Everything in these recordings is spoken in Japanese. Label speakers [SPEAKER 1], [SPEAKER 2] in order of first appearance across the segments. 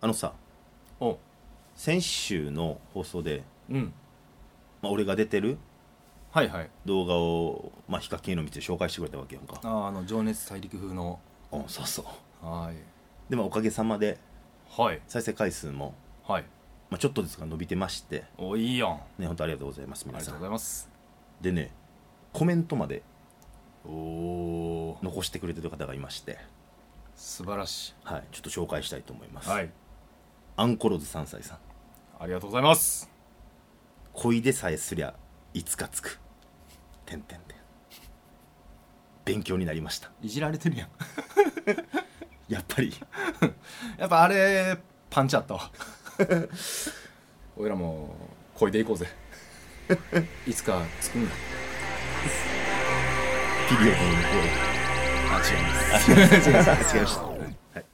[SPEAKER 1] あのさ
[SPEAKER 2] お
[SPEAKER 1] 先週の放送で、
[SPEAKER 2] うん
[SPEAKER 1] まあ、俺が出てる
[SPEAKER 2] はいはい
[SPEAKER 1] 動画を、まあ、ヒカキンへの道で紹介してくれたわけやんか
[SPEAKER 2] あーあの情熱大陸風の
[SPEAKER 1] うんそうそう
[SPEAKER 2] はい
[SPEAKER 1] でもおかげさまで
[SPEAKER 2] はい
[SPEAKER 1] 再生回数も、
[SPEAKER 2] はい
[SPEAKER 1] まあ、ちょっとずつが伸びてまして
[SPEAKER 2] おいいやんあ
[SPEAKER 1] ね本当ありがとうございます
[SPEAKER 2] り
[SPEAKER 1] 皆
[SPEAKER 2] がと
[SPEAKER 1] さ
[SPEAKER 2] うご
[SPEAKER 1] ん
[SPEAKER 2] ざいます
[SPEAKER 1] でねコメントまで
[SPEAKER 2] おおー
[SPEAKER 1] 残してくれてる方がいまして
[SPEAKER 2] 素晴らし
[SPEAKER 1] はいちょっと紹介したいと思いま
[SPEAKER 2] い
[SPEAKER 1] す、
[SPEAKER 2] はい
[SPEAKER 1] アンコロズ3歳さん
[SPEAKER 2] ありがとうございます
[SPEAKER 1] 「恋でさえすりゃいつかつく」「てんてんてん」勉強になりました
[SPEAKER 2] いじられてるやん
[SPEAKER 1] やっぱり
[SPEAKER 2] やっぱあれパンチあったわ 俺らもこいでいこうぜ いつかつくんだ
[SPEAKER 1] ピリオドの声が
[SPEAKER 2] あ違います
[SPEAKER 1] 違いました。はい。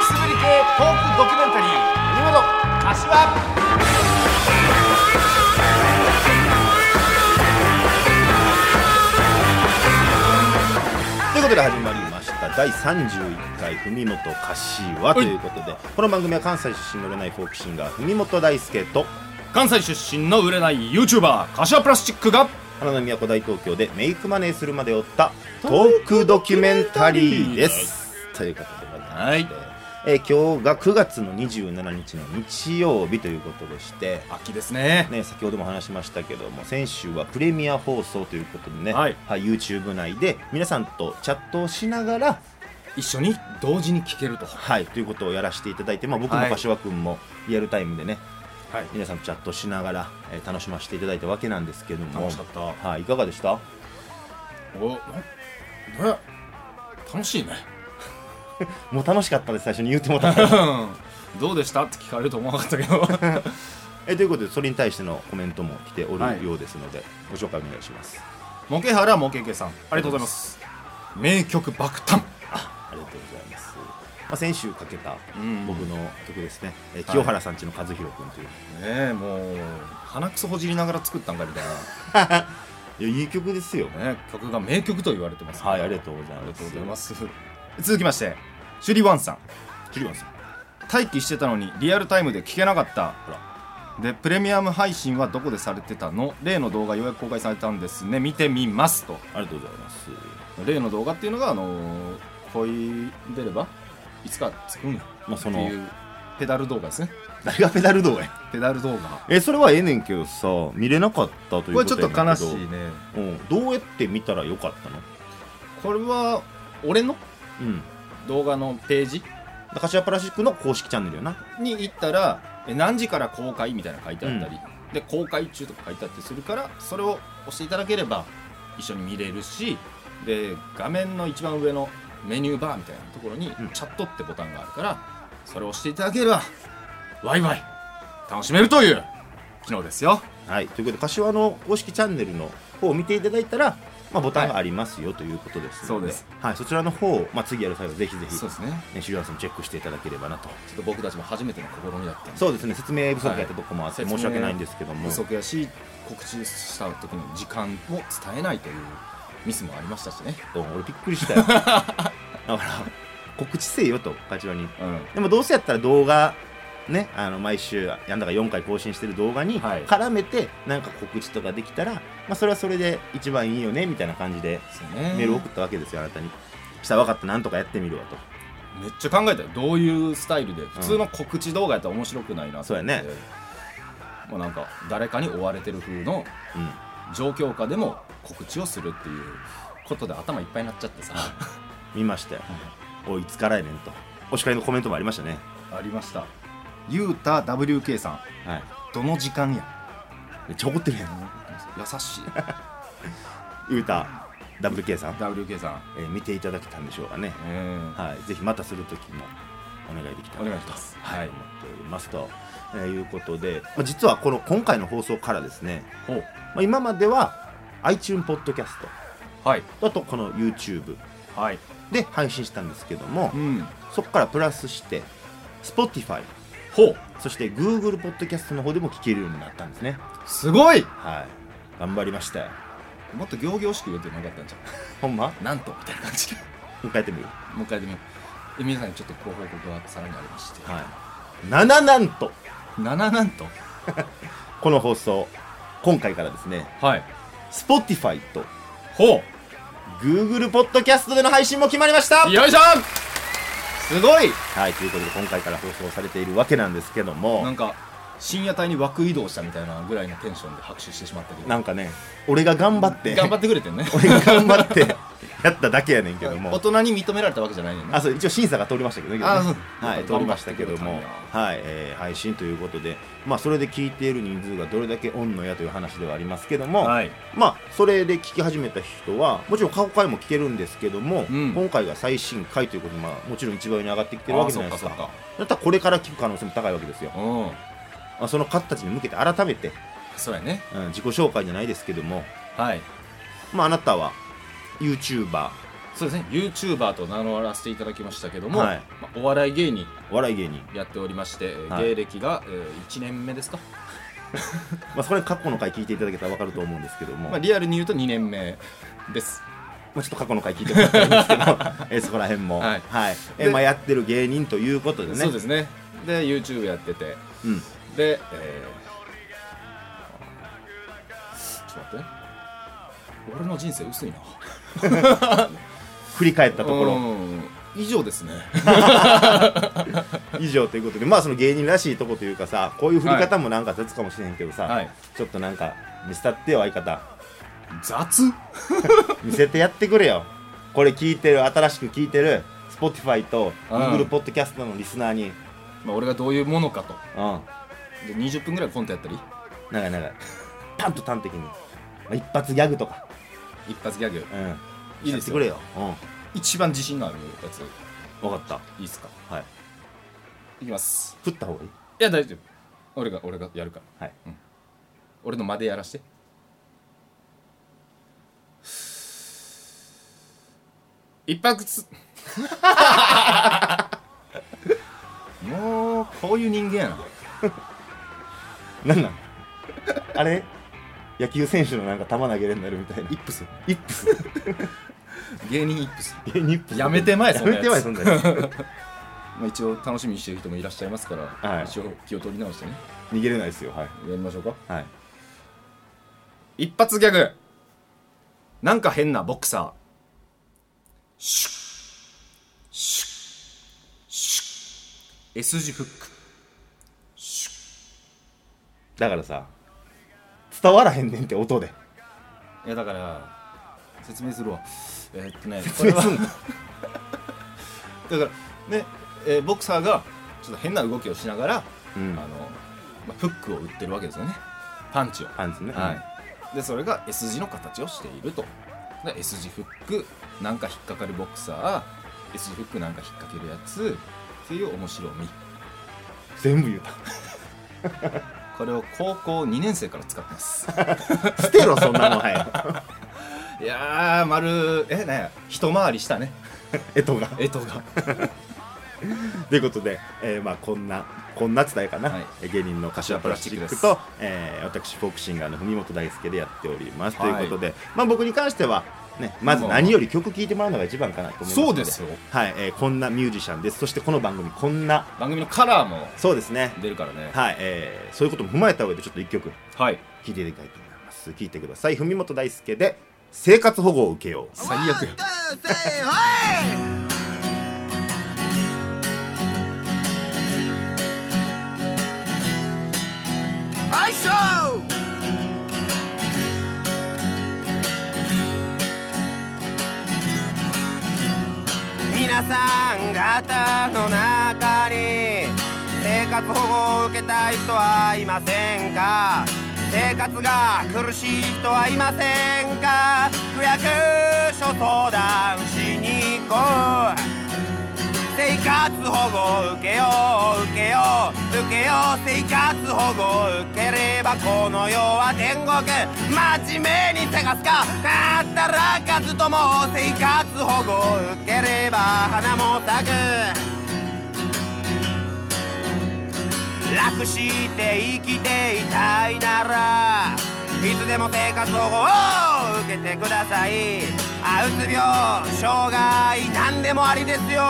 [SPEAKER 2] くすぶり系トークドキュメンタリー「何者柏」
[SPEAKER 1] ということで始まりました第31回文元柏ということで、この番組は関西出身の売れないフォークシンガー文元大輔と
[SPEAKER 2] 関西出身の売れない YouTuber 柏プラスチックが
[SPEAKER 1] 花の都大東京でメイクマネーするまで追ったトークドキュメンタリーです。ということでございまして、
[SPEAKER 2] はい
[SPEAKER 1] えー今日が9月の27日の日曜日ということでして、
[SPEAKER 2] 秋ですね
[SPEAKER 1] ね、先ほども話しましたけども先週はプレミア放送ということでね、
[SPEAKER 2] はい
[SPEAKER 1] はい、YouTube 内で皆さんとチャットをしながら
[SPEAKER 2] 一緒に同時に聴けると
[SPEAKER 1] はい、ということをやらせていただいて、まあ、僕
[SPEAKER 2] は
[SPEAKER 1] も
[SPEAKER 2] い
[SPEAKER 1] 柏君もリアルタイムでね、
[SPEAKER 2] はい
[SPEAKER 1] 皆さんとチャットしながら、えー楽しませていただいたわけなんですけども
[SPEAKER 2] 楽しかった
[SPEAKER 1] はい、いかがでした
[SPEAKER 2] おなね楽しいね
[SPEAKER 1] もう楽しかったです最初に言うてもらった
[SPEAKER 2] どうでしたって聞かれると思わなかったけ ど
[SPEAKER 1] えということでそれに対してのコメントも来てお
[SPEAKER 2] は
[SPEAKER 1] る
[SPEAKER 2] い
[SPEAKER 1] ようですので、ご紹介お願いします
[SPEAKER 2] モケハラモケケさんありがとうございます名曲爆誕
[SPEAKER 1] ありがとうございます、まあ、先週かけた
[SPEAKER 2] うん
[SPEAKER 1] 僕の曲ですね、えー清原さんちの和弘君という、
[SPEAKER 2] ねえもう鼻くそほじりながら作ったんかみたい
[SPEAKER 1] い、やいい曲ですよ
[SPEAKER 2] な、ね、曲が名曲と言われてます
[SPEAKER 1] はいありが
[SPEAKER 2] う
[SPEAKER 1] とうござい
[SPEAKER 2] ありが
[SPEAKER 1] ます
[SPEAKER 2] とうございます続きましてシュリワンさん
[SPEAKER 1] ジュリアンさん
[SPEAKER 2] 待機してたのにリアルタイムで聞けなかった
[SPEAKER 1] ほら
[SPEAKER 2] でプレミアム配信はどこでされてたの例の動画ようやく公開されたんですね見てみますと
[SPEAKER 1] ありがとうございます
[SPEAKER 2] 例の動画っていうのがあのー恋出ればいつかつくんや
[SPEAKER 1] まあそ
[SPEAKER 2] って
[SPEAKER 1] の
[SPEAKER 2] いうペダル動画ですね
[SPEAKER 1] 誰がペダル動画や
[SPEAKER 2] ペダル動画
[SPEAKER 1] えそれはええねんけどさ見れなかったという
[SPEAKER 2] こ
[SPEAKER 1] こ
[SPEAKER 2] れち
[SPEAKER 1] と
[SPEAKER 2] ょっと
[SPEAKER 1] やね
[SPEAKER 2] 悲
[SPEAKER 1] んけど
[SPEAKER 2] しいね
[SPEAKER 1] うん、どうやって見たらよかったの
[SPEAKER 2] これは俺の
[SPEAKER 1] うん
[SPEAKER 2] 動画のページ
[SPEAKER 1] 柏プラスチックの公式チャンネルよな
[SPEAKER 2] に行ったらえ何時から公開みたいなの書いてあったり、で公開中とか書いてあったりするからそれを押していただければ一緒に見れるしで画面の一番上のメニューバーみたいなところに
[SPEAKER 1] うん
[SPEAKER 2] チャットってボタンがあるから、それを押していただければワイワイ楽しめるという機能ですよ
[SPEAKER 1] はいということで柏の公式チャンネルの方を見ていただいたら、まあ、ボタンがありますよ、ということですの
[SPEAKER 2] そうです、
[SPEAKER 1] はい、そちらの方を、まあ、次やる際はぜひぜひ
[SPEAKER 2] そうですね
[SPEAKER 1] ねシュランさんもチェックしていただければなと
[SPEAKER 2] ちょっと僕たちも初めての試みだったんで
[SPEAKER 1] そうですね説明不足やったとこもあって、
[SPEAKER 2] はい
[SPEAKER 1] 申し訳ないんですけども
[SPEAKER 2] 不足やし告知した時に時間を伝えないというミスもありましたしね、
[SPEAKER 1] うん俺びっくりしたよだから告知せよと柏に
[SPEAKER 2] うん、
[SPEAKER 1] でもどうせやったら動画ね、あの毎週やんだか4回更新してる動画に
[SPEAKER 2] はい
[SPEAKER 1] 絡めてなんか告知とかできたら、まあ、それはそれで一番いいよねみたいな感じで
[SPEAKER 2] ですよね
[SPEAKER 1] メール送ったわけですよ、あなたにしたら分かったなんとかやってみるわと
[SPEAKER 2] めっちゃ考えたよどういうスタイルで普通の告知動画やったら面白くないなと
[SPEAKER 1] そう
[SPEAKER 2] 思
[SPEAKER 1] や
[SPEAKER 2] って、
[SPEAKER 1] ね
[SPEAKER 2] もうなんか誰かに追われてる風の
[SPEAKER 1] うん
[SPEAKER 2] 状況下でも告知をするっていうことで頭いっぱいになっちゃっ てさ
[SPEAKER 1] 見ましたよ、おいいつからやねんとお叱りのコメントもありましたね
[SPEAKER 2] ありましたゆうた WK さん
[SPEAKER 1] はい
[SPEAKER 2] どの時間や
[SPEAKER 1] めっちゃ怒ってるやん
[SPEAKER 2] 優しい
[SPEAKER 1] ゆうた WK さん、
[SPEAKER 2] WK さん、
[SPEAKER 1] えー見ていただけたんでしょうかね、
[SPEAKER 2] うん
[SPEAKER 1] はい、ぜひまたするときもお願いできたら
[SPEAKER 2] お願いします
[SPEAKER 1] はい、
[SPEAKER 2] はい
[SPEAKER 1] 思っておりますと、えーいうことで、まあ、実はこの今回の放送からですね、
[SPEAKER 2] お
[SPEAKER 1] まあ、今までは iTunes ポッドキャス
[SPEAKER 2] はい
[SPEAKER 1] トあとこの YouTube
[SPEAKER 2] はい
[SPEAKER 1] で配信したんですけども
[SPEAKER 2] うん
[SPEAKER 1] そこからプラスして Spotify
[SPEAKER 2] ほう
[SPEAKER 1] そして Google ポッドキャストの方でも聞けるようになったんですね
[SPEAKER 2] すごい
[SPEAKER 1] はい頑張りましたよ
[SPEAKER 2] もっと行々しく言うてなかったんじゃ
[SPEAKER 1] ほんま
[SPEAKER 2] んなんとみたいな感じで
[SPEAKER 1] もう一回やってみる
[SPEAKER 2] もう一回でもで皆さんにちょっとご報告がさらにありまして、
[SPEAKER 1] はい7なんと
[SPEAKER 2] 7なんと
[SPEAKER 1] この放送今回からですね
[SPEAKER 2] はい
[SPEAKER 1] Spotify と
[SPEAKER 2] ほ
[SPEAKER 1] Google ポッドキャストでの配信も決まりました
[SPEAKER 2] うよいしょすごい
[SPEAKER 1] はいということで今回から放送されているわけなんですけども
[SPEAKER 2] なんか深夜帯に枠移動したみたいなぐらいのテンションで拍手してしまったけど
[SPEAKER 1] なんかね俺が頑張って
[SPEAKER 2] 頑張ってくれてるね
[SPEAKER 1] 俺が頑張ってやっただけや ねんけど
[SPEAKER 2] 大
[SPEAKER 1] も
[SPEAKER 2] 人に認められたわけじゃないよね
[SPEAKER 1] あそう一応審査が通りましたけどね
[SPEAKER 2] あそう
[SPEAKER 1] はい、通りましたけども
[SPEAKER 2] 頑張ってくれた
[SPEAKER 1] はい、えー配信ということでまあそれで聞いている人数がどれだけおんのやという話ではありますけども、
[SPEAKER 2] はい
[SPEAKER 1] まあそれで聞き始めた人はもちろん過去回も聞けるんですけども、
[SPEAKER 2] うん
[SPEAKER 1] 今回が最新回ということで、まあ、もちろん一番上に上がってきてるわけじゃないですか
[SPEAKER 2] あそっか
[SPEAKER 1] だったらこれから聞く可能性も高いわけですよ
[SPEAKER 2] そっかうん
[SPEAKER 1] まあその方たちに向けて改めて、
[SPEAKER 2] そうやね
[SPEAKER 1] うん、自己紹介じゃないですけども、
[SPEAKER 2] はい
[SPEAKER 1] まあ、あなたは YouTuber
[SPEAKER 2] そうですね YouTuber と名乗らせていただきましたけども、
[SPEAKER 1] はい
[SPEAKER 2] まあお笑い芸人
[SPEAKER 1] お笑い芸人、
[SPEAKER 2] やっておりまして、えー
[SPEAKER 1] はい
[SPEAKER 2] 芸歴が、え1年目ですか、
[SPEAKER 1] まあ、それ過去の回聞いていただけたら分かると思うんですけども、
[SPEAKER 2] ま
[SPEAKER 1] ま
[SPEAKER 2] あ、
[SPEAKER 1] あ、
[SPEAKER 2] リアルに言うと2年目です
[SPEAKER 1] ちょっと過去の回聞いてもらったらいいんですけど えーそこら辺も、
[SPEAKER 2] はい
[SPEAKER 1] え
[SPEAKER 2] で
[SPEAKER 1] ーまあ、やってる芸人ということでね
[SPEAKER 2] そうですねで YouTube やってて
[SPEAKER 1] うん、
[SPEAKER 2] で、えーちょっと待って俺の人生薄いな
[SPEAKER 1] 振り返ったところ
[SPEAKER 2] うん以上ですね
[SPEAKER 1] 以上ということでまあその芸人らしいとこというかさこういう振り方もなんか雑かもしれへんけどさ、
[SPEAKER 2] はい
[SPEAKER 1] ちょっとなんか見せたってよ相方
[SPEAKER 2] 雑
[SPEAKER 1] 見せてやってくれよこれ聞いてる新しく聞いてる Spotify と
[SPEAKER 2] うん
[SPEAKER 1] Google ポッドキャストのリスナーにうん
[SPEAKER 2] まあ俺がどういうものかと
[SPEAKER 1] 長
[SPEAKER 2] で20分ぐらいコントやったり
[SPEAKER 1] い長いパンと端的に、まあ、一発ギャグとか
[SPEAKER 2] 一発ギャグ
[SPEAKER 1] うん
[SPEAKER 2] いいです
[SPEAKER 1] やって
[SPEAKER 2] よ
[SPEAKER 1] くれよ
[SPEAKER 2] 一番自信のあるやつ
[SPEAKER 1] うん分かっ
[SPEAKER 2] いいっすか
[SPEAKER 1] たはい
[SPEAKER 2] いきます
[SPEAKER 1] 振った方がいい
[SPEAKER 2] いや大丈夫俺が俺がやるから
[SPEAKER 1] はい
[SPEAKER 2] 俺の間でやらして一泊つもうこういう人間やな
[SPEAKER 1] なんなんあれ野球選手のなんか球投げれんなるみたいな
[SPEAKER 2] イップス
[SPEAKER 1] イップス
[SPEAKER 2] 芸人イップス
[SPEAKER 1] ニップス
[SPEAKER 2] やめてまえ
[SPEAKER 1] や
[SPEAKER 2] そんな
[SPEAKER 1] め
[SPEAKER 2] やつ
[SPEAKER 1] てまえそんなやつ
[SPEAKER 2] まあ、一応楽しみにしてる人もいらっしゃいますから、
[SPEAKER 1] はい
[SPEAKER 2] 一応気を取り直してね
[SPEAKER 1] 逃げれないですよはい
[SPEAKER 2] やりましょうか
[SPEAKER 1] はい
[SPEAKER 2] 一発ギャグなんか変なボクサーシュッシュッシュッ S 字フック
[SPEAKER 1] だからさ伝わらへんねんって音で
[SPEAKER 2] いやだから説明するわえーっとねこ
[SPEAKER 1] 説
[SPEAKER 2] れ
[SPEAKER 1] 明
[SPEAKER 2] は
[SPEAKER 1] すんの
[SPEAKER 2] だからね、えーボクサーがちょっと変な動きをしながら、
[SPEAKER 1] うん
[SPEAKER 2] あのまあ、フックを打ってるわけですよねパンチを
[SPEAKER 1] パンツね
[SPEAKER 2] はい、でそれが S 字の形をしているとで S 字フックなんか引っかかるボクサー S 字フックなんか引っ掛けるやつっていう面白み
[SPEAKER 1] 全部言うた
[SPEAKER 2] これを高校2年生から使ってます
[SPEAKER 1] 捨てろそんなのはい
[SPEAKER 2] やー丸えね一回りし たね
[SPEAKER 1] えとが
[SPEAKER 2] えとが
[SPEAKER 1] ということで、えーまあ、こんなこんな伝えかな、
[SPEAKER 2] はい
[SPEAKER 1] えー芸人の柏プラスチック
[SPEAKER 2] 柏
[SPEAKER 1] と、えー私フォークシンガーの文本大輔でやっております、
[SPEAKER 2] はい
[SPEAKER 1] ということで、まあ、僕に関しては、ね、まず何より曲聴いてもらうのが一番かなと思いますの
[SPEAKER 2] そうですよ
[SPEAKER 1] はいえーこんなミュージシャンですそしてこの番組こんな
[SPEAKER 2] 番組のカラーも
[SPEAKER 1] そうですね、
[SPEAKER 2] 出るからね
[SPEAKER 1] はいえーそういうことも踏まえた上でちょっと一曲聴
[SPEAKER 2] はい
[SPEAKER 1] いていただきたいと思います聴いてください文本大輔で「生活保護を受けよう」
[SPEAKER 2] 最悪や
[SPEAKER 3] 皆さん方の中に生活保護を受けたい人はいませんか生活が苦しい人はいませんか区役所相談しに行こう生活保護を受けよう受けよう受けよう生活保護を受ければこの世は天国真面目に探すか働かずとも生活保護を受ければ花も咲く楽して生きていたいならいつでも生活保護を受けてくださいあうつ病障害何でもありですよ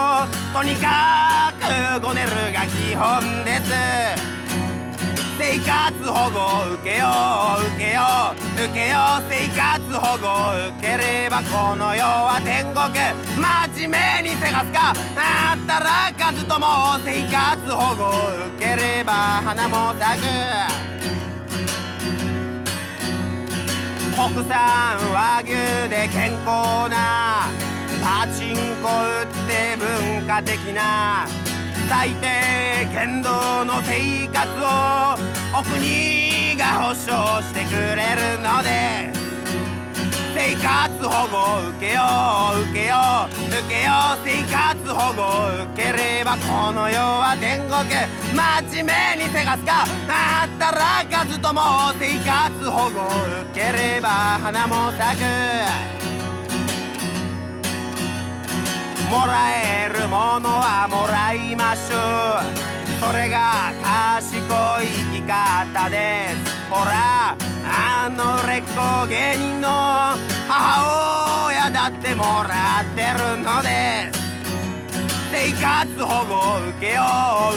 [SPEAKER 3] とにかくごねるが基本です生活保護を受けよう受けよう受けよう生活保護を受ければこの世は天国真面目にせがすか働かずとも生活保護を受ければ花も咲く国産和牛で健康なパチンコ打って文化的な最低限度の生活をお国が保障してくれるので生活保護を受けよう受けよう受けよう生活保護を受ければこの世は天国真面目にせがすか働かずとも生活保護を受ければ花も咲くもらえるものはもらいましょうそれが賢い生き方ですほらあの売れっ子芸人の母親だってもらってるのです生活保護を受けよ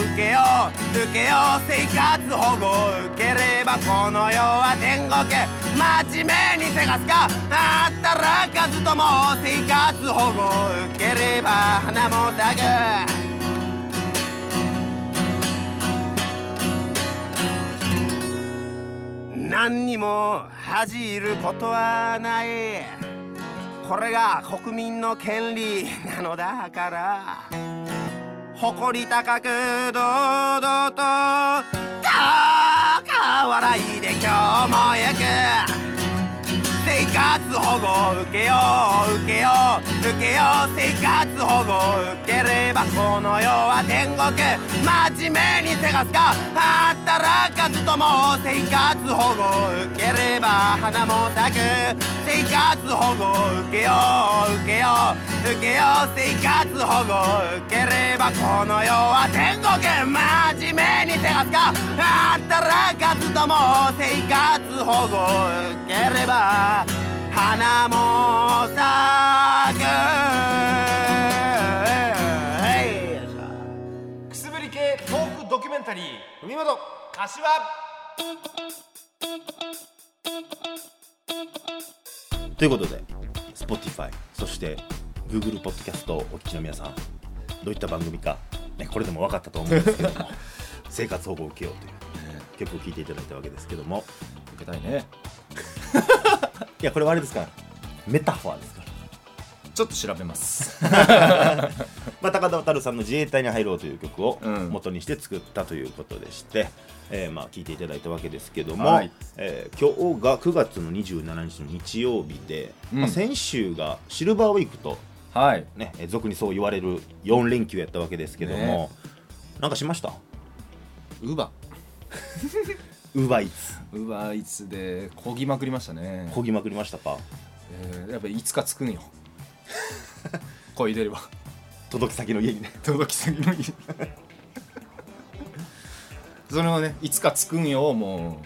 [SPEAKER 3] う受けよう受けよう生活保護を受ければこの世は天国真面目にせがすか働かずとも生活保護を受ければ花も咲く何にも恥じることはないこれが国民の権利なのだから誇り高く堂々と高笑いで今日も行く生活保護を受けよう受けよう受けよう生活保護を受ければこの世は天国真面目にせがすか働かずとも生活保護を受ければ花も咲く生活保護を受けよう受けよう受けよう生活保護を受ければこの世は天国真面目にせがすか働かずとも生活保護を受ければ花も咲く
[SPEAKER 4] くすぶり系トークドキュメンタリー海本柏
[SPEAKER 1] ということで Spotify そして Google ポッドキャストをお聞きの皆さんどういった番組か、ね、これでも分かったと思うんですけど も生活保護を受けようという曲を聴いていただいたわけですけども
[SPEAKER 2] 受けたいね
[SPEAKER 1] いやこれはあれですからメタファーですから、
[SPEAKER 2] ちょっと調べます
[SPEAKER 1] まあ、高田渉さんの「自衛隊に入ろう」という曲を
[SPEAKER 2] うん
[SPEAKER 1] 元にして作ったということでして、えーまあ聴いていただいたわけですけども、
[SPEAKER 2] はい
[SPEAKER 1] えー今日が9月の27日の日曜日で、まあ
[SPEAKER 2] うん
[SPEAKER 1] 先週がシルバーウィークと
[SPEAKER 2] はい
[SPEAKER 1] ね、えー俗にそう言われる4連休やったわけですけども、
[SPEAKER 2] ね
[SPEAKER 1] なんかしました
[SPEAKER 2] ウーバ
[SPEAKER 1] ウーバーイーツ
[SPEAKER 2] ーウーバーイーツでこぎまくりましたね
[SPEAKER 1] こぎまくりましたか
[SPEAKER 2] えーやっぱいつか着くんよ こいでれば
[SPEAKER 1] 届き先の家 にね
[SPEAKER 2] 届きすぎのにそれをねいつか着くんよをも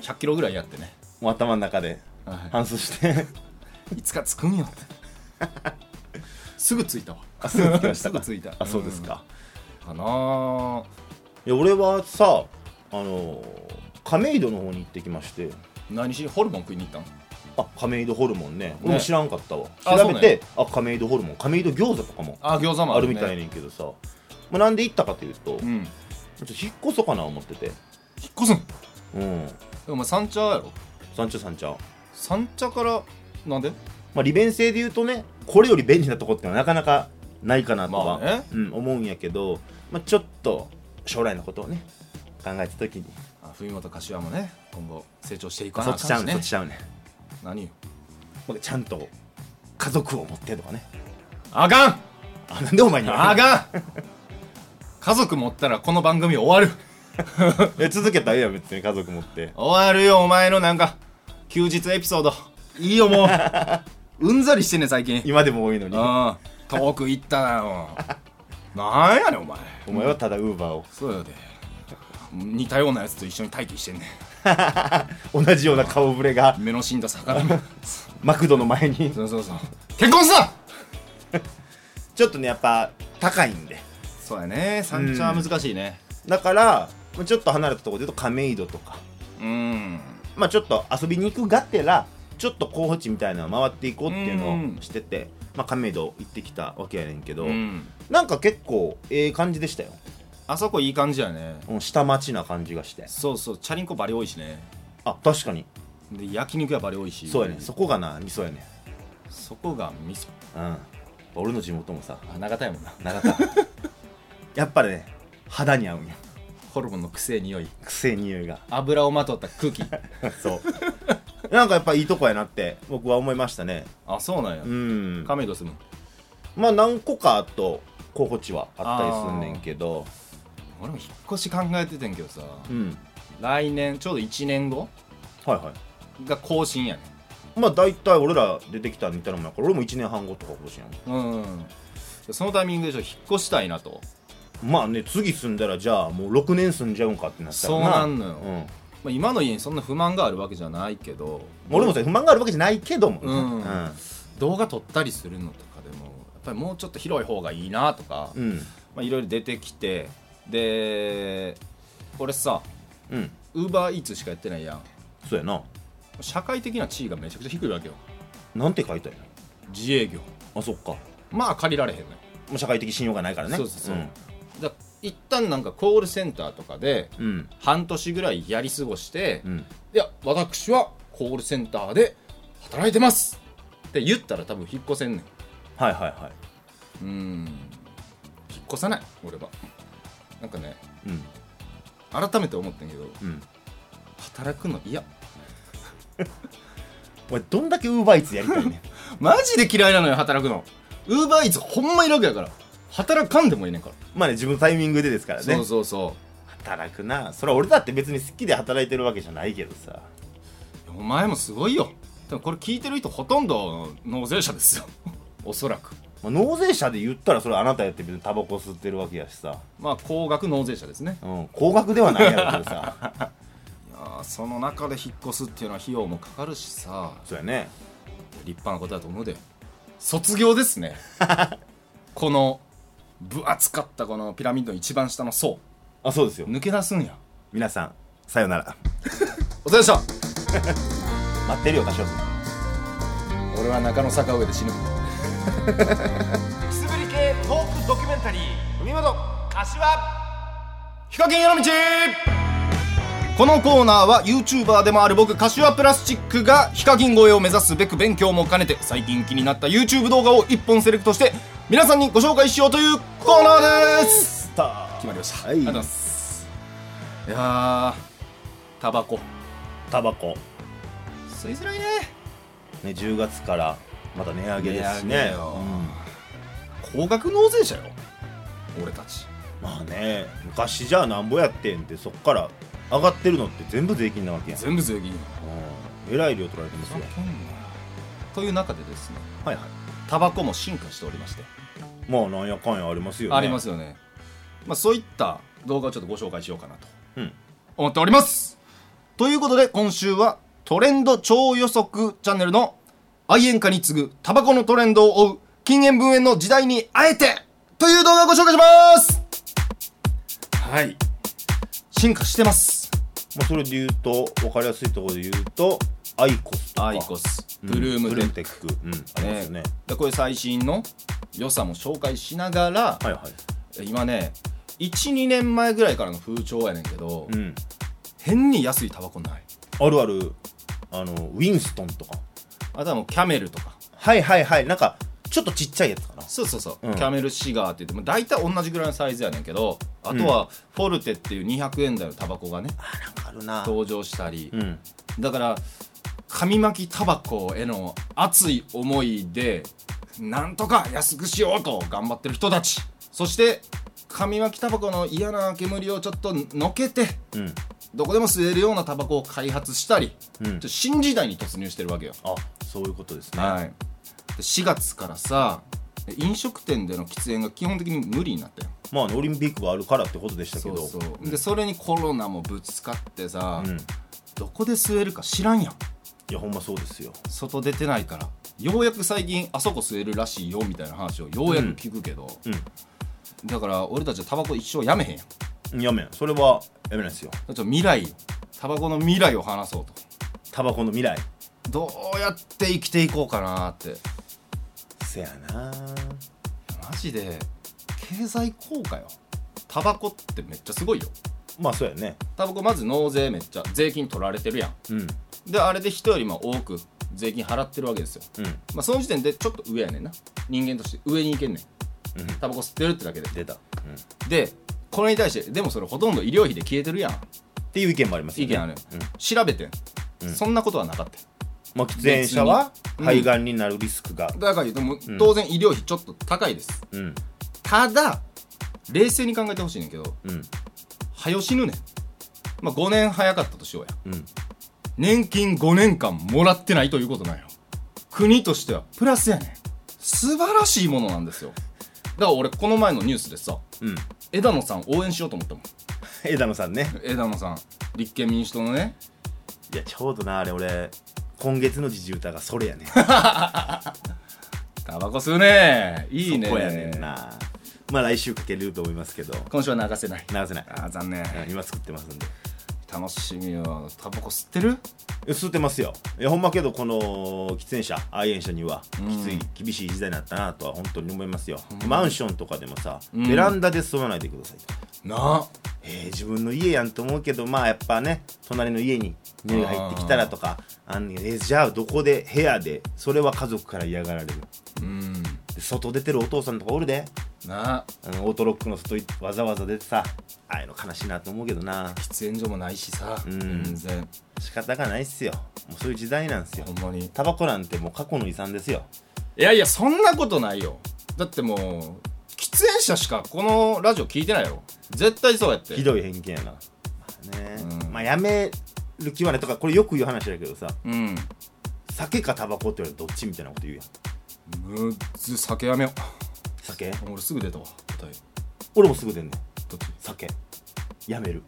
[SPEAKER 2] う100キロぐらいやってね、
[SPEAKER 1] もう頭の中で
[SPEAKER 2] は
[SPEAKER 1] 反芻して
[SPEAKER 2] い、いつか着くんよってすぐ着いたわ
[SPEAKER 1] あすぐ着きましたか
[SPEAKER 2] すぐ着いた
[SPEAKER 1] あそうですか、
[SPEAKER 2] かなあ
[SPEAKER 1] いや俺はさあのー亀戸の方に行ってきまして
[SPEAKER 2] 何しホルモン食いに行ったん
[SPEAKER 1] あ亀戸ホルモンね俺も知らんかったわ、
[SPEAKER 2] あ
[SPEAKER 1] 調べ
[SPEAKER 2] そうなんや
[SPEAKER 1] てあ亀戸ホルモン亀戸餃子とかも
[SPEAKER 2] あ餃子も
[SPEAKER 1] あ
[SPEAKER 2] あ
[SPEAKER 1] る
[SPEAKER 2] る、
[SPEAKER 1] み
[SPEAKER 2] ね、
[SPEAKER 1] たいねんけどさ、まあ、なんで行ったかというと、
[SPEAKER 2] うん
[SPEAKER 1] ち
[SPEAKER 2] 引っ
[SPEAKER 1] ょっと引っ越そうかな思ってて
[SPEAKER 2] 越すんで
[SPEAKER 1] うん
[SPEAKER 2] もお前三茶やろ
[SPEAKER 1] 三茶三茶
[SPEAKER 2] 三茶からなんで
[SPEAKER 1] まあ、利便性で言うとねこれより便利なとこってのはなかなかないかなとは、
[SPEAKER 2] まあね
[SPEAKER 1] うん、思うんやけど、まあ、ちょっと将来のことをね考えた時に
[SPEAKER 2] あ冬本柏もね今後成長していか
[SPEAKER 1] そ
[SPEAKER 2] なあ
[SPEAKER 1] っち
[SPEAKER 2] か
[SPEAKER 1] ちゃう
[SPEAKER 2] んし
[SPEAKER 1] ね
[SPEAKER 2] ね
[SPEAKER 1] そっちちゃうね
[SPEAKER 2] 何よ
[SPEAKER 1] ほんでちゃんと家族を持ってとかね
[SPEAKER 2] あかん
[SPEAKER 1] あなんでお前に言わ
[SPEAKER 2] あ
[SPEAKER 1] れる
[SPEAKER 2] がん 家族持ったらこの番組終わる
[SPEAKER 1] え 続けたらええやん別に家族持って
[SPEAKER 2] 終わるよお前のなんか休日エピソードいい よもううんざりしてんね最近うん
[SPEAKER 1] 今でも多いのに
[SPEAKER 2] 遠く行ったなよなんやねんお前
[SPEAKER 1] お前はただウーバーを
[SPEAKER 2] そうやで似たようなやつと一緒に待機してんね
[SPEAKER 1] 同じような顔ぶれが
[SPEAKER 2] ん目の死んだ魚み
[SPEAKER 1] マクドの前に
[SPEAKER 2] そうそうそう結婚すな
[SPEAKER 1] ちょっとねやっぱ高いんで
[SPEAKER 2] そうやね三茶は難しいね
[SPEAKER 1] だからまあちょっと離れたところで言うと亀戸とか
[SPEAKER 2] うん
[SPEAKER 1] まあちょっと遊びに行くがてらちょっと候補地みたいなのを回っていこうっていうのをしてて、まあ、亀戸行ってきたわけやねんけど、
[SPEAKER 2] うん
[SPEAKER 1] なんか結構ええ感じでしたよ
[SPEAKER 2] あそこいい感じやね
[SPEAKER 1] うん下町な感じがして
[SPEAKER 2] そうそうチャリンコバリ多いしね
[SPEAKER 1] あ確かに
[SPEAKER 2] で焼肉屋バリ多いし
[SPEAKER 1] そうやねそこがな味噌やね
[SPEAKER 2] そこが味噌
[SPEAKER 1] うん俺の地元もさ
[SPEAKER 2] あ長田やもんな
[SPEAKER 1] 長 田やっぱりね肌に合うんや
[SPEAKER 2] ホルモンの癖匂い
[SPEAKER 1] 癖匂いが
[SPEAKER 2] 油をまとった空 気
[SPEAKER 1] そう なんかやっぱいいとこやなって僕は思いましたね
[SPEAKER 2] あそうなんや
[SPEAKER 1] うん
[SPEAKER 2] 亀戸住む
[SPEAKER 1] まあ何個かと候補地はあったりすんねんけど
[SPEAKER 2] 俺も引っ越し考えててんけどさ、
[SPEAKER 1] うん
[SPEAKER 2] 来年ちょうど1年後
[SPEAKER 1] はいはい
[SPEAKER 2] が更新やね
[SPEAKER 1] まあ大体俺ら出てきたみたいなもんやから俺も1年半後とか欲しいやん
[SPEAKER 2] うんそのタイミングでちょっと引っ越したいなと、
[SPEAKER 1] まあね次住んだらじゃあもう6年住んじゃうんかってなったら
[SPEAKER 2] そうなんのよ
[SPEAKER 1] うん
[SPEAKER 2] まあ、今の家にそんな不満があるわけじゃないけど
[SPEAKER 1] 俺もさ不満があるわけじゃないけどもね、
[SPEAKER 2] うん
[SPEAKER 1] うん
[SPEAKER 2] 動画撮ったりするのとかでもやっぱりもうちょっと広い方がいいなとか、
[SPEAKER 1] うん
[SPEAKER 2] まあ、いろいろ出てきてで俺さ
[SPEAKER 1] うん
[SPEAKER 2] ウーバーイーツしかやってないやん
[SPEAKER 1] そうやな
[SPEAKER 2] 社会的な地位がめちゃくちゃ低いわけよ
[SPEAKER 1] なんて書いたんや
[SPEAKER 2] 自営業
[SPEAKER 1] あそっかも
[SPEAKER 2] まあ借りられへんね
[SPEAKER 1] う社会的信用がないからね
[SPEAKER 2] そうそうそう、
[SPEAKER 1] ん
[SPEAKER 2] だから一旦なんかコールセンターとかで
[SPEAKER 1] うん
[SPEAKER 2] 半年ぐらいやり過ごして、
[SPEAKER 1] うん
[SPEAKER 2] いや私はコールセンターで働いてますって言ったら多分引っ越せんね
[SPEAKER 1] はいはいはい
[SPEAKER 2] んうん引っ越さない俺はなんかね
[SPEAKER 1] うん
[SPEAKER 2] 改めて思ってんけど
[SPEAKER 1] うん
[SPEAKER 2] 働くの嫌
[SPEAKER 1] お前どんだけウーバーイーツやりたい ね
[SPEAKER 2] マジで嫌いなのよ働くのウーバーイーツほんまに楽やから働かんでもいいねんから、
[SPEAKER 1] まあね自分のタイミングでですからね
[SPEAKER 2] そうそうそ
[SPEAKER 1] 働くなそれは俺だって別に好きで働いてるわけじゃないけどさ
[SPEAKER 2] うお前もすごいよでもこれ聞いてる人ほとんど納税者ですよ おそらく
[SPEAKER 1] まあ納税者で言ったらそれあなたやって別にタバコ吸ってるわけやしさ、
[SPEAKER 2] まあ高額納税者ですね
[SPEAKER 1] うん、高額ではないやろうけど さ
[SPEAKER 2] いやーその中で引っ越すっていうのは費用もかかるしさ
[SPEAKER 1] そうやね
[SPEAKER 2] 立派なことだと思うで卒業です ねこの分厚かったこのピラミッドの一番下の層
[SPEAKER 1] あそうですよ
[SPEAKER 2] 抜け出すんや
[SPEAKER 1] 皆さんさよなら
[SPEAKER 2] お疲れ様でした
[SPEAKER 1] 待ってるよ柏津
[SPEAKER 2] 俺は中野坂上で死ぬ
[SPEAKER 4] くすぶり系トークドキュメンタリー海本柏
[SPEAKER 2] ヒカキンへの道このコーナーは YouTuber でもある僕柏プラスチックがヒカキン越えを目指すべく勉強も兼ねて最近気になった YouTube 動画を1本セレクトして皆さんにご紹介しようというコーナーです
[SPEAKER 1] スター
[SPEAKER 2] 決まりました、
[SPEAKER 1] はい
[SPEAKER 2] ありがとうございますいやータバコ
[SPEAKER 1] タバコ
[SPEAKER 2] 吸いづらいね
[SPEAKER 1] ね10月からまた値上げですし
[SPEAKER 2] 値上
[SPEAKER 1] ね
[SPEAKER 2] げよ高額納税者よ俺たち
[SPEAKER 1] まあね昔じゃあなんぼやってんってそっから上がってるのって全部税金なわけやん
[SPEAKER 2] 全部税金
[SPEAKER 1] うんえらい量取られてますよ
[SPEAKER 2] という中でですね
[SPEAKER 1] はいはい
[SPEAKER 2] タバコも進化しておりまして
[SPEAKER 1] まあなんやかんやありますよね
[SPEAKER 2] ありますよね、まあ、そういった動画をちょっとご紹介しようかなと
[SPEAKER 1] うん
[SPEAKER 2] 思っておりますということで今週はトレンド超予測チャンネルの愛煙家に次ぐタバコのトレンドを追う禁煙分煙の時代にあえてという動画をご紹介しますはい進化してます
[SPEAKER 1] まあ、それで言うと分かりやすいところで言うとアイコスとか
[SPEAKER 2] アイコス
[SPEAKER 1] うん
[SPEAKER 2] ブルーム
[SPEAKER 1] ブル
[SPEAKER 2] テ
[SPEAKER 1] ー
[SPEAKER 2] ッ
[SPEAKER 1] ムテック、うん、ありますよね
[SPEAKER 2] ねでこれ最新の良さも紹介しながら、
[SPEAKER 1] はいはい
[SPEAKER 2] 今ね12年前ぐらいからの風潮やねんけど、
[SPEAKER 1] うん
[SPEAKER 2] 変に安いタバコない
[SPEAKER 1] あるあるあのウィンストンとか
[SPEAKER 2] あとはもうキャメルとか
[SPEAKER 1] はいはいはいなんかちょっとちっちゃいやつかな
[SPEAKER 2] そうそうそう、
[SPEAKER 1] うん
[SPEAKER 2] キャメルシガーって言っても大体同じぐらいのサイズやねんけどあとはフォルテっていう200円台のタバコがね
[SPEAKER 1] あなんかあるな
[SPEAKER 2] 登場したり
[SPEAKER 1] う、ん
[SPEAKER 2] だから紙巻きタバコへの熱い思いでなんとか安くしようと頑張ってる人たちそして紙巻きタバコの嫌な煙をちょっとのけて
[SPEAKER 1] うん
[SPEAKER 2] どこでも吸えるようなタバコを開発したり、
[SPEAKER 1] うん
[SPEAKER 2] ちょっと新時代に突入してるわけよ
[SPEAKER 1] あそういうことですね
[SPEAKER 2] はい、で4月からさ飲食店での喫煙が基本的に無理になったよ
[SPEAKER 1] まあねオリンピックがあるからってことでしたけど
[SPEAKER 2] そうそうでそれにコロナもぶつかってさ、
[SPEAKER 1] うん、い
[SPEAKER 2] どこで吸えるか知らんやん
[SPEAKER 1] やほんまそうですよ
[SPEAKER 2] 外出てないからようやく最近あそこ吸えるらしいよみたいな話をようやく聞くけど、だから俺たちはタバコ一生やめへんやんだか
[SPEAKER 1] うんやめんそれはやめないですよ
[SPEAKER 2] らちょっと未来タバコの未来を話そうと
[SPEAKER 1] タバコの未来
[SPEAKER 2] どうやって生きていこうかなって
[SPEAKER 1] せやな
[SPEAKER 2] マジで経済効果よタバコってめっちゃすごいよ
[SPEAKER 1] まあそうやね
[SPEAKER 2] タバコまず納税めっちゃ税金取られてるやん
[SPEAKER 1] うん
[SPEAKER 2] であれで人よりも多く税金払ってるわけですよ
[SPEAKER 1] うん
[SPEAKER 2] まあその時点でちょっと上やねんな人間として上に行けんねん、
[SPEAKER 1] うん
[SPEAKER 2] タバコ吸ってるってだけで
[SPEAKER 1] 出た、うん、っ
[SPEAKER 2] でこれに対してでもそれほとんど医療費で消えてるやん
[SPEAKER 1] ていう意見もありますよ
[SPEAKER 2] 意
[SPEAKER 1] ね
[SPEAKER 2] 見ある、
[SPEAKER 1] うん
[SPEAKER 2] 調べてん、
[SPEAKER 1] ん
[SPEAKER 2] そんなことはなかったよ
[SPEAKER 1] まあ、喫煙者は
[SPEAKER 2] 別に
[SPEAKER 1] 肺がんになるリスクが、
[SPEAKER 2] だから言うともう
[SPEAKER 1] うん
[SPEAKER 2] 当然医療費ちょっと高いです、
[SPEAKER 1] うんうん
[SPEAKER 2] ただ冷静に考えてほしいねんけど
[SPEAKER 1] うん
[SPEAKER 2] 早死ぬねん、まあ、5年早かったとしようや
[SPEAKER 1] うん、
[SPEAKER 2] 年金5年間もらってないということなんよ国としてはプラスやねん素晴らしいものなんですよだから俺この前のニュースでさ枝野さん応援しようと思ったもん
[SPEAKER 1] 枝野さんね
[SPEAKER 2] 枝野さん立憲民主党のね
[SPEAKER 1] いやちょうどなあれ俺今月の時事歌がそれやね
[SPEAKER 2] タバコ吸うねいいね
[SPEAKER 1] そこやねんなまあ来週かけれると思いますけど
[SPEAKER 2] 今週は流せない
[SPEAKER 1] 流せない
[SPEAKER 2] あー残念
[SPEAKER 1] うん今作ってますんで
[SPEAKER 2] 楽しみよタバコ吸ってる
[SPEAKER 1] え吸ってますよいやほんまけどこの喫煙者愛煙者にはきつい、厳しい時代になったなとは本当に思いますよ、マンションとかでもさ、
[SPEAKER 2] ん
[SPEAKER 1] ベランダで吸わないでくださいと
[SPEAKER 2] なあ
[SPEAKER 1] えー自分の家やんと思うけどまあやっぱね隣の家に匂いが入ってきたらとかあんねんえーじゃあどこで部屋でそれは家族から嫌がられる
[SPEAKER 2] うん
[SPEAKER 1] で外出てるお父さんとかおるで
[SPEAKER 2] なあ
[SPEAKER 1] あのオートロックの外いわざわざ出てさああいうの悲しいなと思うけどな
[SPEAKER 2] 喫煙所もないしさ、
[SPEAKER 1] ん
[SPEAKER 2] 全然
[SPEAKER 1] 仕方がないっすよもうそういう時代なんですよ
[SPEAKER 2] ほんまにい
[SPEAKER 1] タバコなんてもう過去の遺産ですよ
[SPEAKER 2] やいやそんなことないよだってもう喫煙者しかこのラジオ聞いてないよ絶対そうやって
[SPEAKER 1] ひどい偏見やな、まあね
[SPEAKER 2] うん
[SPEAKER 1] まあやめる気はねとかこれよく言う話だけどさ
[SPEAKER 2] うん
[SPEAKER 1] 酒かタバコって言われたらどっちみたいなこと言うやん
[SPEAKER 2] むっず酒やめよう
[SPEAKER 1] 酒
[SPEAKER 2] 俺すぐ出たわ答え
[SPEAKER 1] 俺もすぐ出んねん
[SPEAKER 2] どっち
[SPEAKER 1] 酒やめ る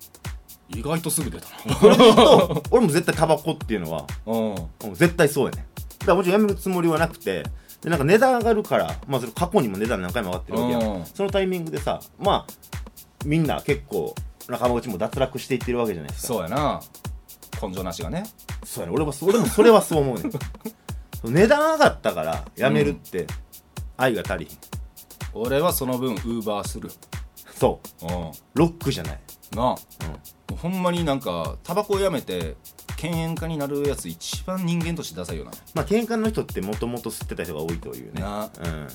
[SPEAKER 2] 意外とすぐ出たな
[SPEAKER 1] 俺も絶対タバコっていうのは
[SPEAKER 2] うん
[SPEAKER 1] うん絶対そうやねんだからもちろんやめるつもりはなくてでなんか値段上がるから、まあ、それ過去にも値段何回も上がってるわけやん
[SPEAKER 2] うん
[SPEAKER 1] そのタイミングでさまあみんな結構仲間内も脱落していってるわけじゃないですか
[SPEAKER 2] そうやな根性なしがね
[SPEAKER 1] そうやね俺もそ俺もそれはそう思うねん そう値段上がったからやめるって愛が足りひん、
[SPEAKER 2] 俺はその分ウーバーする
[SPEAKER 1] そ
[SPEAKER 2] うん
[SPEAKER 1] うロックじゃない
[SPEAKER 2] なあ、ほんまになんかタバコをやめて敬遠家になるやつ一番人間としてダサいよな
[SPEAKER 1] まあ喧嘩の人ってもともと吸ってた人が多いというね
[SPEAKER 2] な
[SPEAKER 1] うん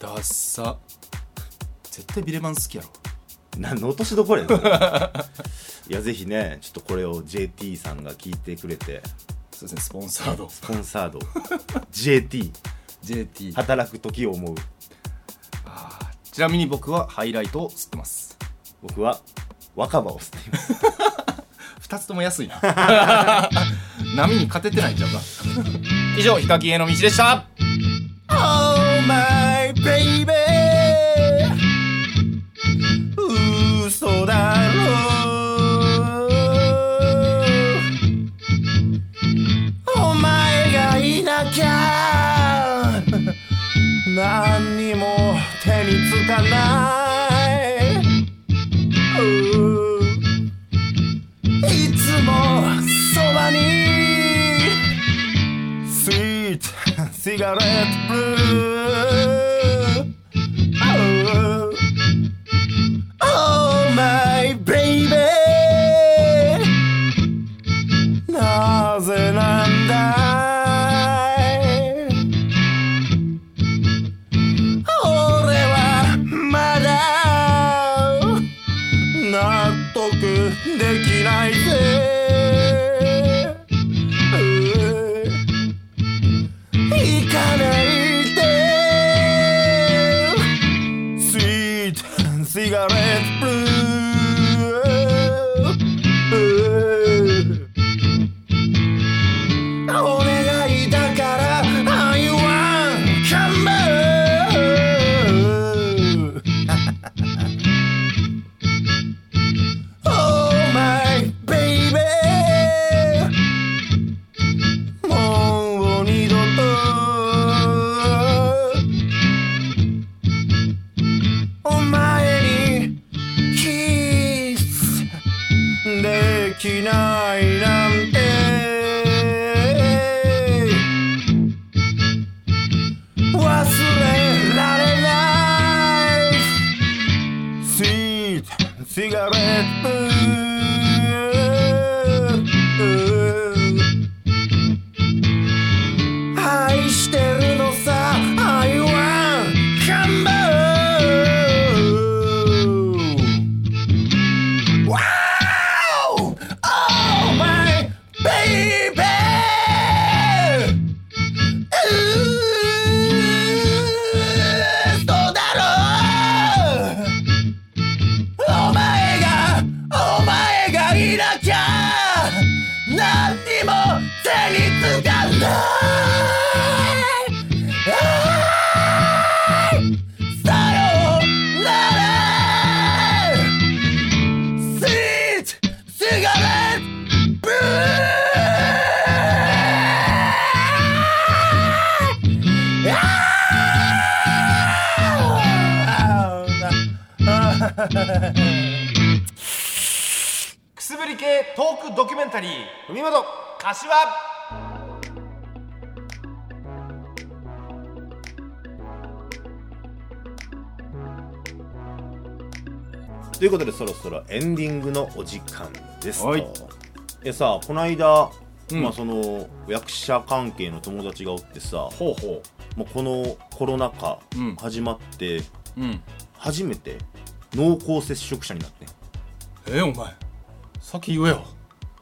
[SPEAKER 2] ダッサ絶対ビレマン好きやろ
[SPEAKER 1] 何の落としどころや ねんいやぜひねちょっとこれを JT さんが聞いてくれて
[SPEAKER 2] そうですねスポンサー ド
[SPEAKER 1] スポンサード JT
[SPEAKER 2] JT
[SPEAKER 1] 働く時を思う
[SPEAKER 2] ちなみに僕はハイライトを吸ってます
[SPEAKER 1] 僕は若葉を吸 っています
[SPEAKER 2] 2つとも安いな 波に勝ててないんちゃうか以上ヒカキンへの道でした
[SPEAKER 3] Oh my baby 嘘だろお前がいなきゃ何にも手につかないいつもそばに Sweet cigarette blue. Oh, oh my baby. なぜなんだい俺はまだ納得できないぜ。行かないで熱がないあーさようなら Sweet cigarette burn あー
[SPEAKER 4] くすぶり系トークドキュメンタリー
[SPEAKER 2] 海本
[SPEAKER 4] 柏
[SPEAKER 1] ということでそろそろエンディングのお時間ですと
[SPEAKER 2] はい
[SPEAKER 1] でさこの間、
[SPEAKER 2] うん
[SPEAKER 1] まあその役者関係の友達がおってさ
[SPEAKER 2] ほうほ
[SPEAKER 1] もうこのコロナ禍
[SPEAKER 2] うん
[SPEAKER 1] 始まって
[SPEAKER 2] ううん
[SPEAKER 1] 初めて濃厚接触者になってんい
[SPEAKER 2] えー、お前先言えよ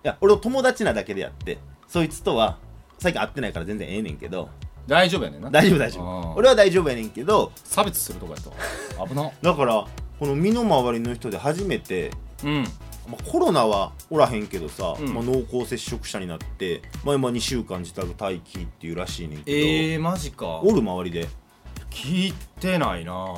[SPEAKER 1] や俺を友達なだけでやってそいつとは最近会ってないから全然ええねんけど
[SPEAKER 2] 大丈夫やねんな
[SPEAKER 1] 大丈夫大丈
[SPEAKER 2] あー
[SPEAKER 1] 夫俺は大丈夫やねんけど
[SPEAKER 2] 差別するとこやったわ危な
[SPEAKER 1] だからこの身の回りの人で初めて、
[SPEAKER 2] うん
[SPEAKER 1] まあ、コロナはおらへんけどさ、
[SPEAKER 2] うん
[SPEAKER 1] まあ、濃厚接触者になって、まあ、今2週間自宅待機っていうらしいねんけど、
[SPEAKER 2] えー、マジか
[SPEAKER 1] おる周りで
[SPEAKER 2] 聞いてないな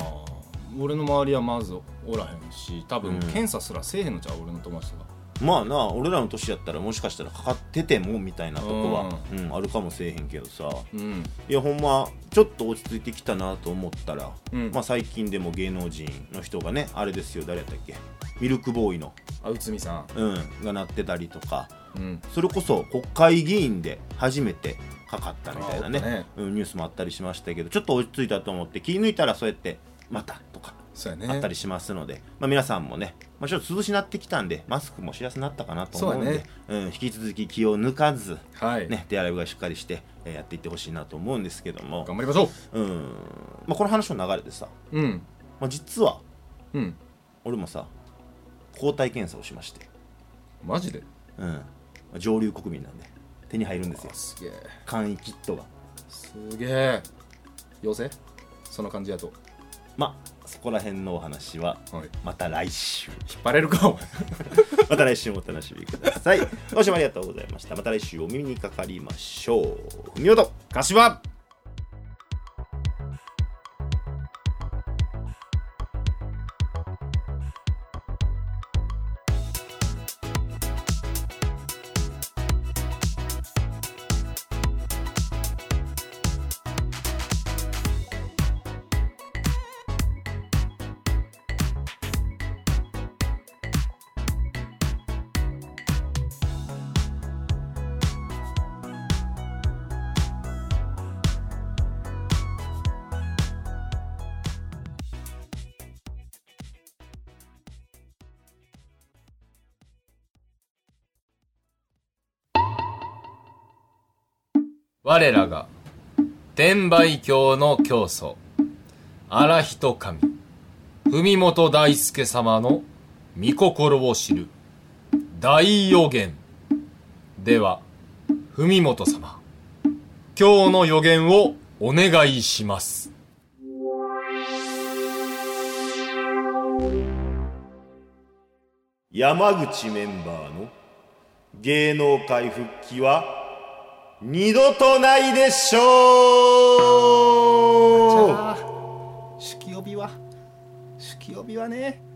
[SPEAKER 2] 俺の周りはまずおらへんし多
[SPEAKER 1] う
[SPEAKER 2] 分
[SPEAKER 1] ん
[SPEAKER 2] 検査すらせえへんのちゃう俺の友達とか
[SPEAKER 1] まあな俺らの年やったらもしかしたらかかっててもみたいなとこは、うんあるかもしれへんけどさ
[SPEAKER 2] うん
[SPEAKER 1] いやほんまちょっと落ち着いてきたなと思ったら、
[SPEAKER 2] うん
[SPEAKER 1] まあ、最近でも芸能人の人がねあれですよ誰やったっけミルクボーイの、
[SPEAKER 2] あ内海さん
[SPEAKER 1] うん、がなってたりとか
[SPEAKER 2] うん
[SPEAKER 1] それこそ国会議員で初めてかかったみたいなね
[SPEAKER 2] ああったね
[SPEAKER 1] うん、ニュースもあったりしましたけどちょっと落ち着いたと思って気抜いたらそうやってまたとか
[SPEAKER 2] そうやね
[SPEAKER 1] あったりしますので、まあ、皆さんもね、まあ、ちょっと涼しなってきたんでマスクもしやすくなったかなと思うんでう、ん、引き続き気を抜かず、
[SPEAKER 2] はい、
[SPEAKER 1] ね、手洗いがしっかりして、えーやっていってほしいなと思うんですけども、
[SPEAKER 2] 頑張りましょ
[SPEAKER 1] うんまあ、この話の流れでさ、
[SPEAKER 2] ううん
[SPEAKER 1] まあ、実は
[SPEAKER 2] うん
[SPEAKER 1] 俺もさ抗体検査をしまして、
[SPEAKER 2] マジで
[SPEAKER 1] うんまあ上流国民なんで手に入るんですよ
[SPEAKER 2] すげえ
[SPEAKER 1] 簡易キットが。
[SPEAKER 2] すげえ妖精その感じやと
[SPEAKER 1] まあそこら辺のお話は
[SPEAKER 2] はい
[SPEAKER 1] また来週
[SPEAKER 2] 引っ張れるかお前
[SPEAKER 1] また来週もお楽しみくださいご視聴ありがとうございましたまた来週お耳にかかりましょうふみおと
[SPEAKER 2] 柏
[SPEAKER 5] 我らが天売教の教祖荒人神文本大輔様の御心を知る大予言では文本様今日の予言をお願いします
[SPEAKER 1] 山口メンバーの芸能界復帰は二度とないでしょう
[SPEAKER 2] 酒気帯びは酒気帯びはね